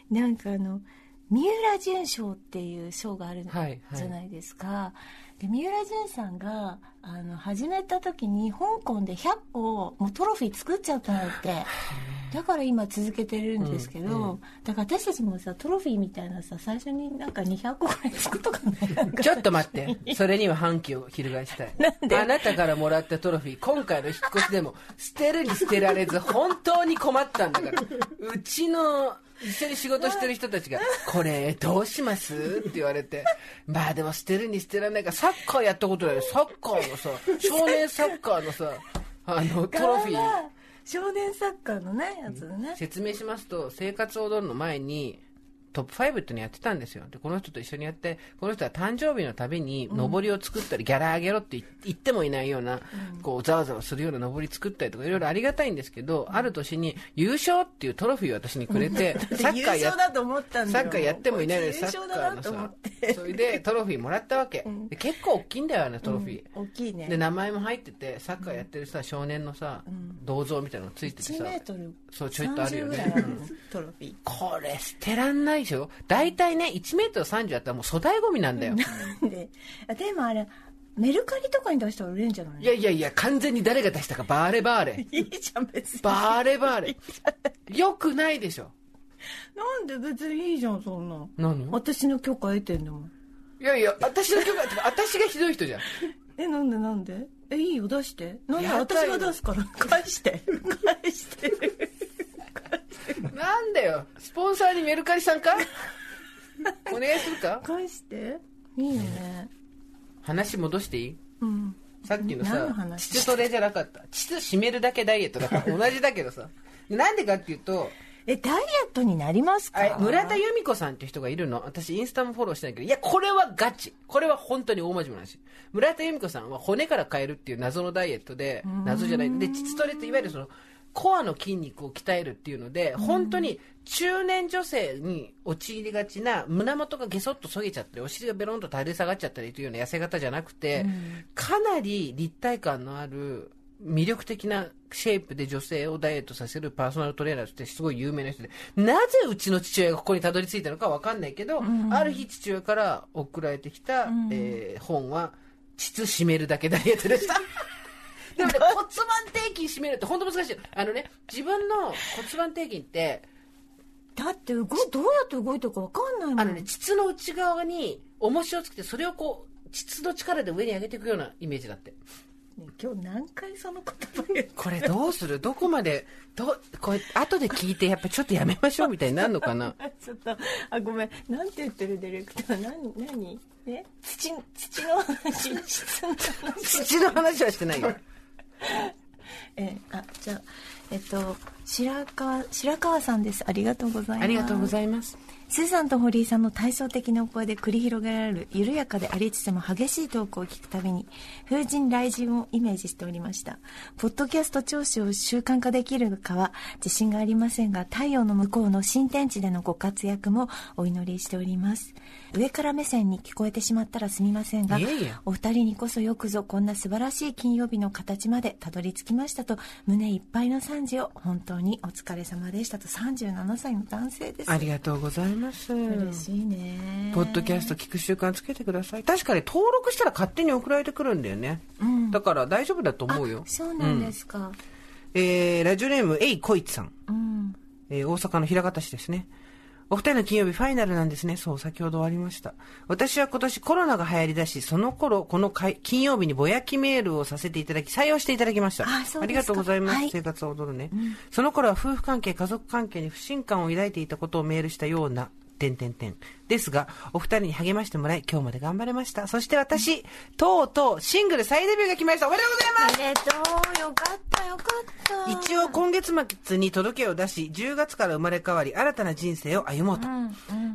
[SPEAKER 3] なんかあの三浦淳賞っていう賞がある
[SPEAKER 2] はいはい
[SPEAKER 3] じゃないですか、で三浦淳さんがあの始めた時に香港で100個もうトロフィー作っちゃったのってだから今続けてるんですけど、だから私たちもさトロフィーみたいなさ最初になんか200個ぐらい作っとかないなん か
[SPEAKER 2] ちょっと待ってそれには反旗を翻したい
[SPEAKER 3] なんで
[SPEAKER 2] あなたからもらったトロフィー今回の引っ越しでも捨てるに捨てられず本当に困ったんだからうちの
[SPEAKER 5] 一緒に仕事してる人たちが「これどうします?」って言われてまあでも捨てるに捨てられないからサッカーやったことないよサッカーのさ少年サッカーのさあのトロフィー
[SPEAKER 3] あ少年サッカーのねやつだね、
[SPEAKER 2] 説明しますと生活踊るの前にトップ5っていうのやってたんですよでこの人と一緒にやってこの人は誕生日のたびに上りを作ったり、ギャラ上げろって言ってもいないような、こうざわざわするような上り作ったりとかいろいろありがたいんですけど、ある年に優勝っていうトロフィーを私にくれ てサッ
[SPEAKER 3] 優
[SPEAKER 2] カーやっ
[SPEAKER 3] 勝だと思ったん
[SPEAKER 2] サ
[SPEAKER 3] だよ
[SPEAKER 2] ッカーやってもいないのに
[SPEAKER 3] 優
[SPEAKER 2] サッ
[SPEAKER 3] 勝
[SPEAKER 2] カ
[SPEAKER 3] だ
[SPEAKER 2] ー
[SPEAKER 3] な
[SPEAKER 2] の
[SPEAKER 3] と思っ
[SPEAKER 2] さ
[SPEAKER 3] て
[SPEAKER 2] それでトロフィーもらったわけ、で結構大きいんだよあのトロフィー、
[SPEAKER 3] 大きいね
[SPEAKER 2] で名前も入っててサッカーやってるさ少年のさ、銅像みたいなのついててさ
[SPEAKER 3] 1メートル
[SPEAKER 2] そうちょいとあるよ
[SPEAKER 3] 30
[SPEAKER 2] ね
[SPEAKER 3] ぐらいあるんですトロフィー
[SPEAKER 2] これ捨てらんないでしょ大体ね1メートル30あったらもう粗大ゴミなんだよ、
[SPEAKER 3] であでもあれメルカリとかに出したら売れるんじゃない
[SPEAKER 2] いやいやいや完全に誰が出したかバーレバーレ
[SPEAKER 3] いいじゃん別に
[SPEAKER 2] バーレバ ーレよくないでしょ
[SPEAKER 3] なんで別にいいじゃんそんな
[SPEAKER 2] 何
[SPEAKER 3] 私の許可得てんだもん
[SPEAKER 2] いやいや私の許可私がひどい人じゃん
[SPEAKER 3] えなんでなんでえいいよ出してなんで
[SPEAKER 2] やだ
[SPEAKER 3] 私
[SPEAKER 2] よ
[SPEAKER 3] が出 すから返して返して
[SPEAKER 2] なんだよスポンサーにメルカリさ んかお願いするか
[SPEAKER 3] 返していいよね
[SPEAKER 2] 話戻していい
[SPEAKER 3] うん
[SPEAKER 2] さっきの
[SPEAKER 3] 何の
[SPEAKER 2] さ
[SPEAKER 3] 話
[SPEAKER 2] 膣トレじゃなかった膣締めるだけダイエットだから同じだけどさなんでかっていうと
[SPEAKER 3] えダイエットになります
[SPEAKER 2] あれ
[SPEAKER 3] か
[SPEAKER 2] 村田由美子さんっていう人がいるの私インスタもフォローしてないけどいやこれはガチこれは本当に大真面目な話村田由美子さんは骨から変えるっていう謎のダイエットで謎じゃないで膣トレっていわゆるそのコアの筋肉を鍛えるっていうので本当に中年女性に陥りがちな胸元がゲソッとそげちゃってお尻がベロンと垂れ下がっちゃったりというような痩せ方じゃなくて、かなり立体感のある魅力的なシェイプで女性をダイエットさせるパーソナルトレーナーとしてすごい有名な人で、なぜうちの父親がここにたどり着いたのかわかんないけど、ある日父親から送られてきた、えー本は、膣締めるだけダイエットで した。でもね、 骨盤底筋締めるって本当難しいよ。あのね、自分の骨盤底筋って、
[SPEAKER 3] だって動いどうやって動いてるか分かんないもん
[SPEAKER 2] あのね、膣の内側に重しをつけて、それをこう、膣の力で上に上げていくようなイメージだって。
[SPEAKER 3] ね今日何回その言葉言う
[SPEAKER 2] これどうするどこまでどうこれ後で聞いてやっぱちょっとやめましょうみたいになるのかな
[SPEAKER 3] ちょっとあごめんなんて言ってるディレクター何何え土土の話質の 話
[SPEAKER 2] 土の話はしてないよ
[SPEAKER 3] えあじゃあえっと白川白川さんですありがとうございます
[SPEAKER 2] ありがとうございます
[SPEAKER 3] スーさんと堀井さんの対照的なお声で繰り広げられる緩やかでありつつも激しいトークを聞くたびに風神雷神をイメージしておりましたポッドキャスト聴取を習慣化できるかは自信がありませんが太陽の向こうの新天地でのご活躍もお祈りしております上から目線に聞こえてしまったらすみませんが
[SPEAKER 2] いえいえ
[SPEAKER 3] お二人にこそよくぞこんな素晴らしい金曜日の形までたどり着きましたと胸いっぱいの賛辞を本当にお疲れ様でしたと37歳の男性です
[SPEAKER 2] ありがとうございます
[SPEAKER 3] 嬉しいね
[SPEAKER 2] ポッドキャスト聞く習慣つけてください確かに登録したら勝手に送られてくるんだよね、
[SPEAKER 3] ん
[SPEAKER 2] だから大丈夫だと思うよ
[SPEAKER 3] あそうなんですか
[SPEAKER 2] えー、ラジオネームえいこいちさん
[SPEAKER 3] うん、
[SPEAKER 2] えー大阪の枚方市ですね。お二人の金曜日ファイナルなんですね。そう、先ほど終わりました。私は今年コロナが流行りだし、その頃、このかい金曜日にぼやきメールをさせていただき、採用していただきました。
[SPEAKER 3] あそうですか
[SPEAKER 2] りがとうございます。
[SPEAKER 3] はい
[SPEAKER 2] 生活は踊るね、その頃は夫婦関係、家族関係に不信感を抱いていたことをメールしたような、点点点。ですが、お二人に励ましてもらい、今日まで頑張れました。そして私、とうとうシングル再デビューが決まりました。おめでとうございます
[SPEAKER 3] おめでとうよかったよかった
[SPEAKER 2] 一応今月末に届けを出し10月から生まれ変わり新たな人生を歩もうと、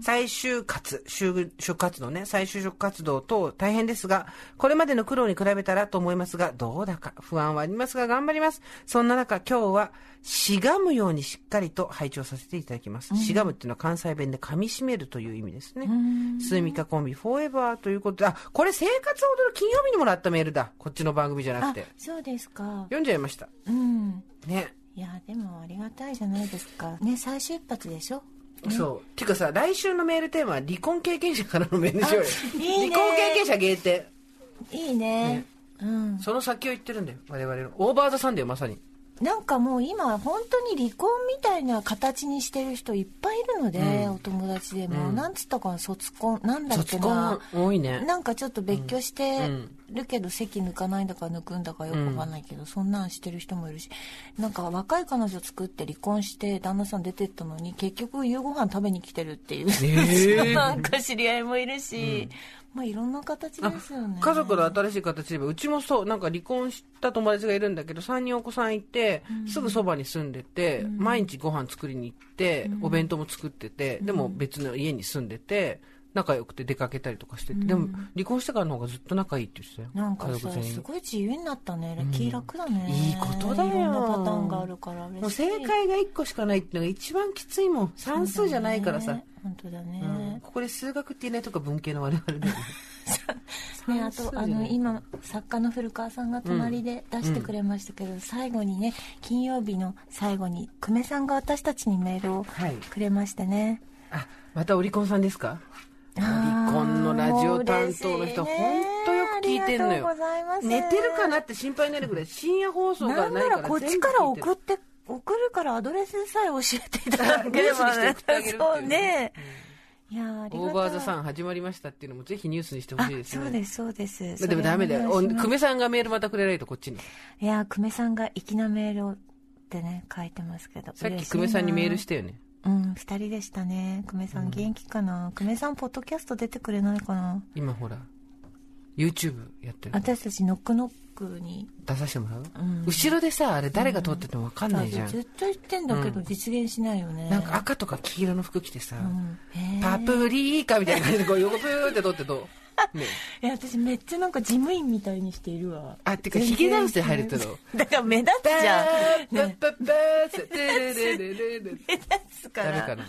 [SPEAKER 2] 最終活就職活動ね再就職活動等大変ですがこれまでの苦労に比べたらと思いますがどうだか不安はありますが頑張りますそんな中今日はしがむようにしっかりと拝聴させていただきます、しがむっていうのは関西弁で噛み締めるという意味ですねスミカコンビフォーエバーということであこれ生活を踊る金曜日にもらったメールだこっちの番組じゃな
[SPEAKER 3] あ
[SPEAKER 2] くて
[SPEAKER 3] そうですか
[SPEAKER 2] 読んじゃいました
[SPEAKER 3] うん
[SPEAKER 2] ね
[SPEAKER 3] いやでもありがたいじゃないですかね再出発でしょ
[SPEAKER 2] そう。ていうかさ、来週のメールテーマは離婚経験者からのメールでしようよ
[SPEAKER 3] あいいね
[SPEAKER 2] 離婚経験者限定。
[SPEAKER 3] いいねうん
[SPEAKER 2] その先を言ってるんだよ、我々の。オーバーザサンデーまさに。
[SPEAKER 3] なんかもう今本当に離婚みたいな形にしてる人いっぱいいるので、お友達でも、なんつったかな卒婚なんだっけな
[SPEAKER 2] 卒婚多いね
[SPEAKER 3] なんかちょっと別居してるけど席抜かないんだか抜くんだかよくわかんないけど、そんなんしてる人もいるしなんか若い彼女作って離婚して旦那さん出てったのに結局夕ご飯食べに来てるっていう、 なんか知り合いもいるし、まあいろんな形ですよね
[SPEAKER 2] 家族の新しい形で言えばうちもそうなんか離婚した友達がいるんだけど3人お子さんいて、すぐそばに住んでて、毎日ご飯作りに行って、お弁当も作っててでも別の家に住んでて仲良くて出かけたりとかしてて、でも離婚してからの方がずっと仲いいって言ってたよ
[SPEAKER 3] なんか
[SPEAKER 2] 家
[SPEAKER 3] さ
[SPEAKER 2] 族全員
[SPEAKER 3] すごい自由になったね気楽だね、
[SPEAKER 2] いいことだよ
[SPEAKER 3] いろんなパターンがあるから嬉しい
[SPEAKER 2] もう正解が1個しかないっていうのが一番きついもん算数じゃないからさ、
[SPEAKER 3] ね本当だね、
[SPEAKER 2] うんここで数学って言えないとか文系の我々 だよね
[SPEAKER 3] ね、あとあの今作家の古川さんが隣で出してくれましたけど、最後にね金曜日の最後に久米さんが私たちにメールを
[SPEAKER 2] はい
[SPEAKER 3] くれましてね、
[SPEAKER 2] あまたオリコンさんですかオリコ
[SPEAKER 3] あー
[SPEAKER 2] ンのラジオ担当の人
[SPEAKER 3] もう嬉しいね
[SPEAKER 2] 本当よく聞いてんの
[SPEAKER 3] ありがとう
[SPEAKER 2] よ
[SPEAKER 3] ございます
[SPEAKER 2] 寝てるかなって心配になるぐらい深夜放送が
[SPEAKER 3] なん
[SPEAKER 2] ない
[SPEAKER 3] な
[SPEAKER 2] からら
[SPEAKER 3] こっちから送
[SPEAKER 2] っ
[SPEAKER 3] って送るからアドレスさえ教えていただければ、
[SPEAKER 2] ニュースにして送ってあげるっていう
[SPEAKER 3] そうね、いやーありが
[SPEAKER 2] オ
[SPEAKER 3] たい
[SPEAKER 2] ーバーザさん始まりましたっていうのもぜひニュースにしてほ
[SPEAKER 3] あ
[SPEAKER 2] しいです
[SPEAKER 3] そう
[SPEAKER 2] ね
[SPEAKER 3] ですそうです
[SPEAKER 2] まあでもダメだよ
[SPEAKER 3] それお
[SPEAKER 2] お
[SPEAKER 3] 願いします
[SPEAKER 2] 久米さんがメールまたくれないとこっちに
[SPEAKER 3] いやー久米さんが粋なメールをってね書いてますけど
[SPEAKER 2] さっき久米さんにメールしたよね
[SPEAKER 3] うん、二人でしたね。久米さん元気かな、久米さんポッドキャスト出てくれないかな
[SPEAKER 2] 今ほら YouTube やってる
[SPEAKER 3] 私たちノックノックに。
[SPEAKER 2] 出させてもらう、後ろでさあれ誰が撮ってても分かんないじゃん、
[SPEAKER 3] 絶対言ってんだけど、実現しないよね。
[SPEAKER 2] なんか赤とか黄色の服着てさ、
[SPEAKER 3] へー
[SPEAKER 2] パプリカみたいな感じでこう横プーって撮ってどう、ね、
[SPEAKER 3] いや、私めっちゃなんか事務員みたいにしているわ。
[SPEAKER 2] あてかヒゲダンスで入るっての
[SPEAKER 3] だから目立つじゃん。
[SPEAKER 2] パッパッパーってテレレレレレ
[SPEAKER 3] 目立つか
[SPEAKER 2] ダメ
[SPEAKER 3] ら。
[SPEAKER 2] かな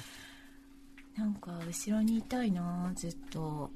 [SPEAKER 3] なんか後ろにいたいなずっと。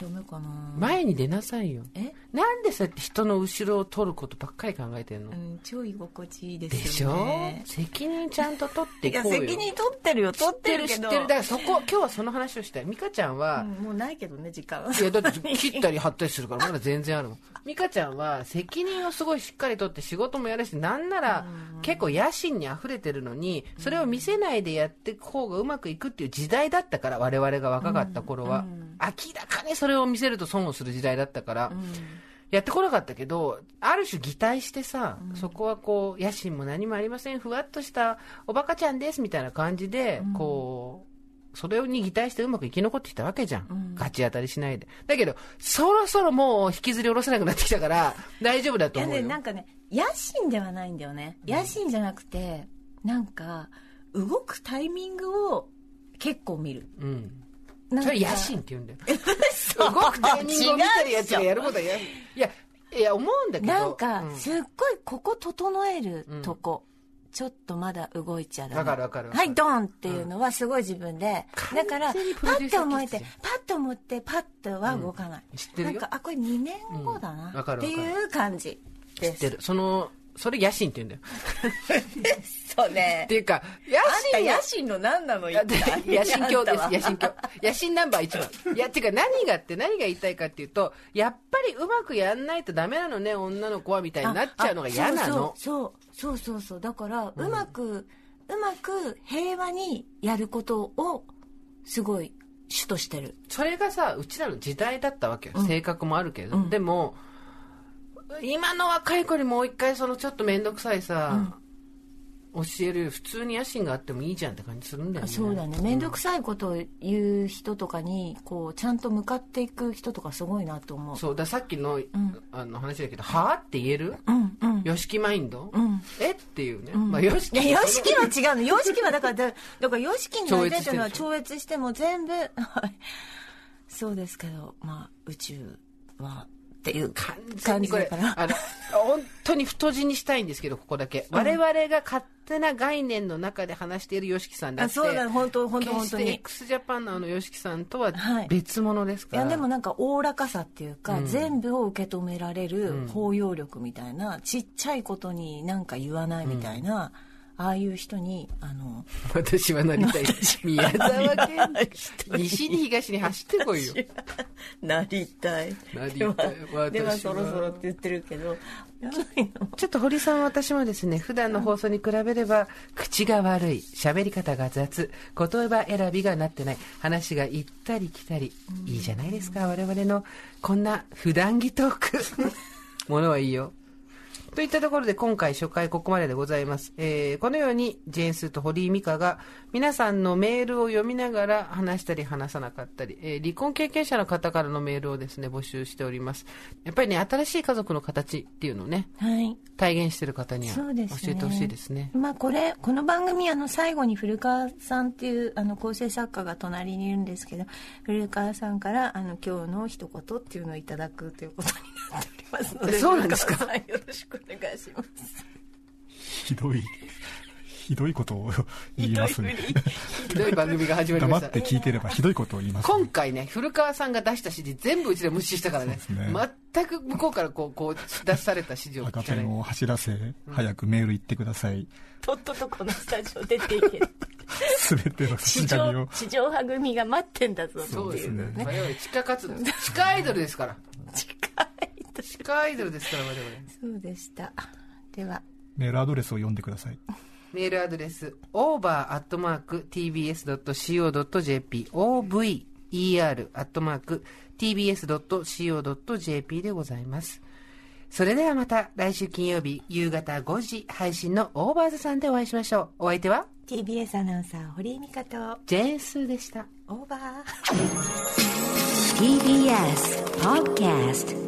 [SPEAKER 3] ダメかな
[SPEAKER 2] 前に出なさいよ
[SPEAKER 3] え
[SPEAKER 2] なんでそうやって人の後ろを撮ることばっかり考えてんの、
[SPEAKER 3] うん、超居心地いいで
[SPEAKER 2] ですし
[SPEAKER 3] よ
[SPEAKER 2] ょ
[SPEAKER 3] ね。
[SPEAKER 2] 責任ちゃんと取ってい
[SPEAKER 3] いや、
[SPEAKER 2] こうよ
[SPEAKER 3] 責任取ってるよ、取ってる
[SPEAKER 2] 知
[SPEAKER 3] け
[SPEAKER 2] ってる
[SPEAKER 3] ど。
[SPEAKER 2] 知ってるだからそこ今日はその話をしたい美香ちゃんは、
[SPEAKER 3] うんもうないけどね、時間。
[SPEAKER 2] いやだって切ったり貼ったりするからまだ全然あるもん美香ちゃんは責任をすごいしっかりとって仕事もやるしなんなら結構野心にあふれてるのにそれを見せないでやっていく方がうまくいくっていう時代だったから我々が若かった頃は明らかにそれを見せると損をする時代だったからやってこなかったけどある種擬態してさそこはこう野心も何もありませんふわっとしたおバカちゃんですみたいな感じでこうそれに擬態してうまく生き残ってきたわけじゃん。ガチ当たりしないで。だけど、そろそろもう引きずり下ろせなくなってきた から、大丈夫だ
[SPEAKER 3] い
[SPEAKER 2] と
[SPEAKER 3] や
[SPEAKER 2] 思うよ。
[SPEAKER 3] ね、なんかね、野心ではないんだよね。野心じゃなくて、なんか、動くタイミングを結構見る。
[SPEAKER 2] うん。
[SPEAKER 3] なん
[SPEAKER 2] そ
[SPEAKER 3] か
[SPEAKER 2] れ野心って言うんだよ。動くタイミングを見てるやつがやることはやいや、いや、思うんだけど。
[SPEAKER 3] なんか
[SPEAKER 2] う、
[SPEAKER 3] すっごいここ整えるとこ、ちょっとまだ動いちゃダメ。
[SPEAKER 2] わかるわかるわかる
[SPEAKER 3] はい、ドンっていうのはすごい自分で。だから、パ
[SPEAKER 2] 完全にプロデューサー気
[SPEAKER 3] ッて
[SPEAKER 2] 質
[SPEAKER 3] 思えて
[SPEAKER 2] じゃん、
[SPEAKER 3] パッと思って、パッとは動かない。
[SPEAKER 2] うん知ってるよ
[SPEAKER 3] なんか、あ、これ2年後だ
[SPEAKER 2] うんわか
[SPEAKER 3] な。っ
[SPEAKER 2] るわか
[SPEAKER 3] て
[SPEAKER 2] る
[SPEAKER 3] いう感じで
[SPEAKER 2] 知っ
[SPEAKER 3] す。
[SPEAKER 2] てるその、それ野心って言うんだよ。
[SPEAKER 3] そうね
[SPEAKER 2] って。いうか、
[SPEAKER 3] あ
[SPEAKER 2] 野
[SPEAKER 3] ん
[SPEAKER 2] 心
[SPEAKER 3] た
[SPEAKER 2] は
[SPEAKER 3] 野心の何なの
[SPEAKER 2] い
[SPEAKER 3] 一
[SPEAKER 2] やで
[SPEAKER 3] 体
[SPEAKER 2] 野心教で
[SPEAKER 3] あんたは
[SPEAKER 2] す、野心教。野心ナンバー1番。いや、 てか何がって何が言いたいかっていうと、やっぱりうまくやんないとダメなのね、女の子は、みたいになっちゃうのが嫌なの
[SPEAKER 3] あ。そうそうそうそうそうそうだから、うまくうまく平和にやることをすごい主としてる
[SPEAKER 2] それがさ、うちらの時代だったわけよ。性格もあるけど。でも、今の若い子にもう一回そのちょっと面倒くさいさ、教えるより普通に野心があってもいいじゃんって感じするんだよね。
[SPEAKER 3] そうだね面倒くさいことを言う人とかにこうちゃんと向かっていく人とかすごいなと思う
[SPEAKER 2] そうだからさっきの,、あの話だけど「はあ?」って言える「よしきマインド」えっていうね、まあよしき
[SPEAKER 3] いや、様式は違うの。様式はだから、だだから様式になりたいというのは超
[SPEAKER 2] 超
[SPEAKER 3] 越しても全部、 はいそうですけど、まあ、宇宙は、っていう
[SPEAKER 2] 完
[SPEAKER 3] 感
[SPEAKER 2] 全に
[SPEAKER 3] じ
[SPEAKER 2] こ
[SPEAKER 3] だ
[SPEAKER 2] れ
[SPEAKER 3] から。
[SPEAKER 2] あの本当に太字にしたいんですけどここだけ、我々が勝手な概念の中で話している YOSHIKI さんだって
[SPEAKER 3] あそうだ本当本当
[SPEAKER 2] 決し
[SPEAKER 3] 本当
[SPEAKER 2] て
[SPEAKER 3] に
[SPEAKER 2] x ジャパンのあの YOSHIKI さんとは
[SPEAKER 3] はい
[SPEAKER 2] 別物です
[SPEAKER 3] い
[SPEAKER 2] から、
[SPEAKER 3] やでもなんかおおらかさっていうか、全部を受け止められる包容力みたいな、ちっちゃいことになんか言わないみたいな、ああいう人にあの
[SPEAKER 6] 私はなりたい。 宮沢賢治。西に東に走ってこいよ。
[SPEAKER 3] なりたい
[SPEAKER 6] なりたい
[SPEAKER 3] ではでは
[SPEAKER 6] 私は
[SPEAKER 3] そろそろって言ってるけどやらないの
[SPEAKER 2] ちょっと堀さんは私もですね、普段の放送に比べれば、口が悪い、喋り方が雑、言葉選びがなってない、話が行ったり来たり、いいじゃないですか、我々の、こんな普段着トーク。ものはいいよ。といったところで今回初回ここまででございます。えーこのようにジェーンスーと堀井美香が皆さんのメールを読みながら話したり話さなかったり、えー離婚経験者の方からのメールをですね、募集しております。やっぱりね、新しい家族の形っていうのをね、
[SPEAKER 3] はい
[SPEAKER 2] 体現してる方には
[SPEAKER 3] そ
[SPEAKER 2] 教
[SPEAKER 3] うです
[SPEAKER 2] え
[SPEAKER 3] ね
[SPEAKER 2] てほしいですね。
[SPEAKER 3] まあこれこの番組あの最後に古川さんっていうあの構成作家が隣にいるんですけど古川さんからあの今日の一言っていうのをいただくということになっておりますので
[SPEAKER 2] そうなんですか
[SPEAKER 3] 古川さんよろしくお願いします
[SPEAKER 7] ひどい、ひどいことを言いますね。
[SPEAKER 2] ひどい番組が始まりま
[SPEAKER 7] 黙
[SPEAKER 2] し
[SPEAKER 7] ったて。聞いてればひどいことを言いますね、
[SPEAKER 2] 今回ね、古川さんが出した指示全部うちで無視したからね、
[SPEAKER 7] そうですね
[SPEAKER 2] 全く向こうからこう、こう、出された指示を
[SPEAKER 7] 赤
[SPEAKER 2] 聞か
[SPEAKER 7] ペ
[SPEAKER 2] ない
[SPEAKER 7] ンを走らせ、早くメール行ってください。
[SPEAKER 8] とっととこのスタジオ出ていけ
[SPEAKER 7] すべての
[SPEAKER 8] 地
[SPEAKER 7] しがみ
[SPEAKER 8] 上
[SPEAKER 7] を。
[SPEAKER 8] 地上派組が待ってんだぞ
[SPEAKER 2] そ
[SPEAKER 8] っ
[SPEAKER 2] う
[SPEAKER 8] て
[SPEAKER 2] で
[SPEAKER 8] い
[SPEAKER 2] す
[SPEAKER 8] う
[SPEAKER 2] ね
[SPEAKER 7] ね。
[SPEAKER 2] 我々地下活動、地下アイドルですから。
[SPEAKER 8] 近いと
[SPEAKER 2] 地下アイドルですから、我々。
[SPEAKER 3] そうでしたでは
[SPEAKER 7] メールアドレスを読んでください。
[SPEAKER 2] メールアドレス、over.tbs.co.jp、over.tbs.co.jp でございます。それではまた来週金曜日夕方5時配信のオーバーズさんでお会いしましょう。お相手は
[SPEAKER 3] TBS アナウンサー堀井美香と
[SPEAKER 2] ジェーンスーでした。
[SPEAKER 3] オーバー
[SPEAKER 1] TBS Podcast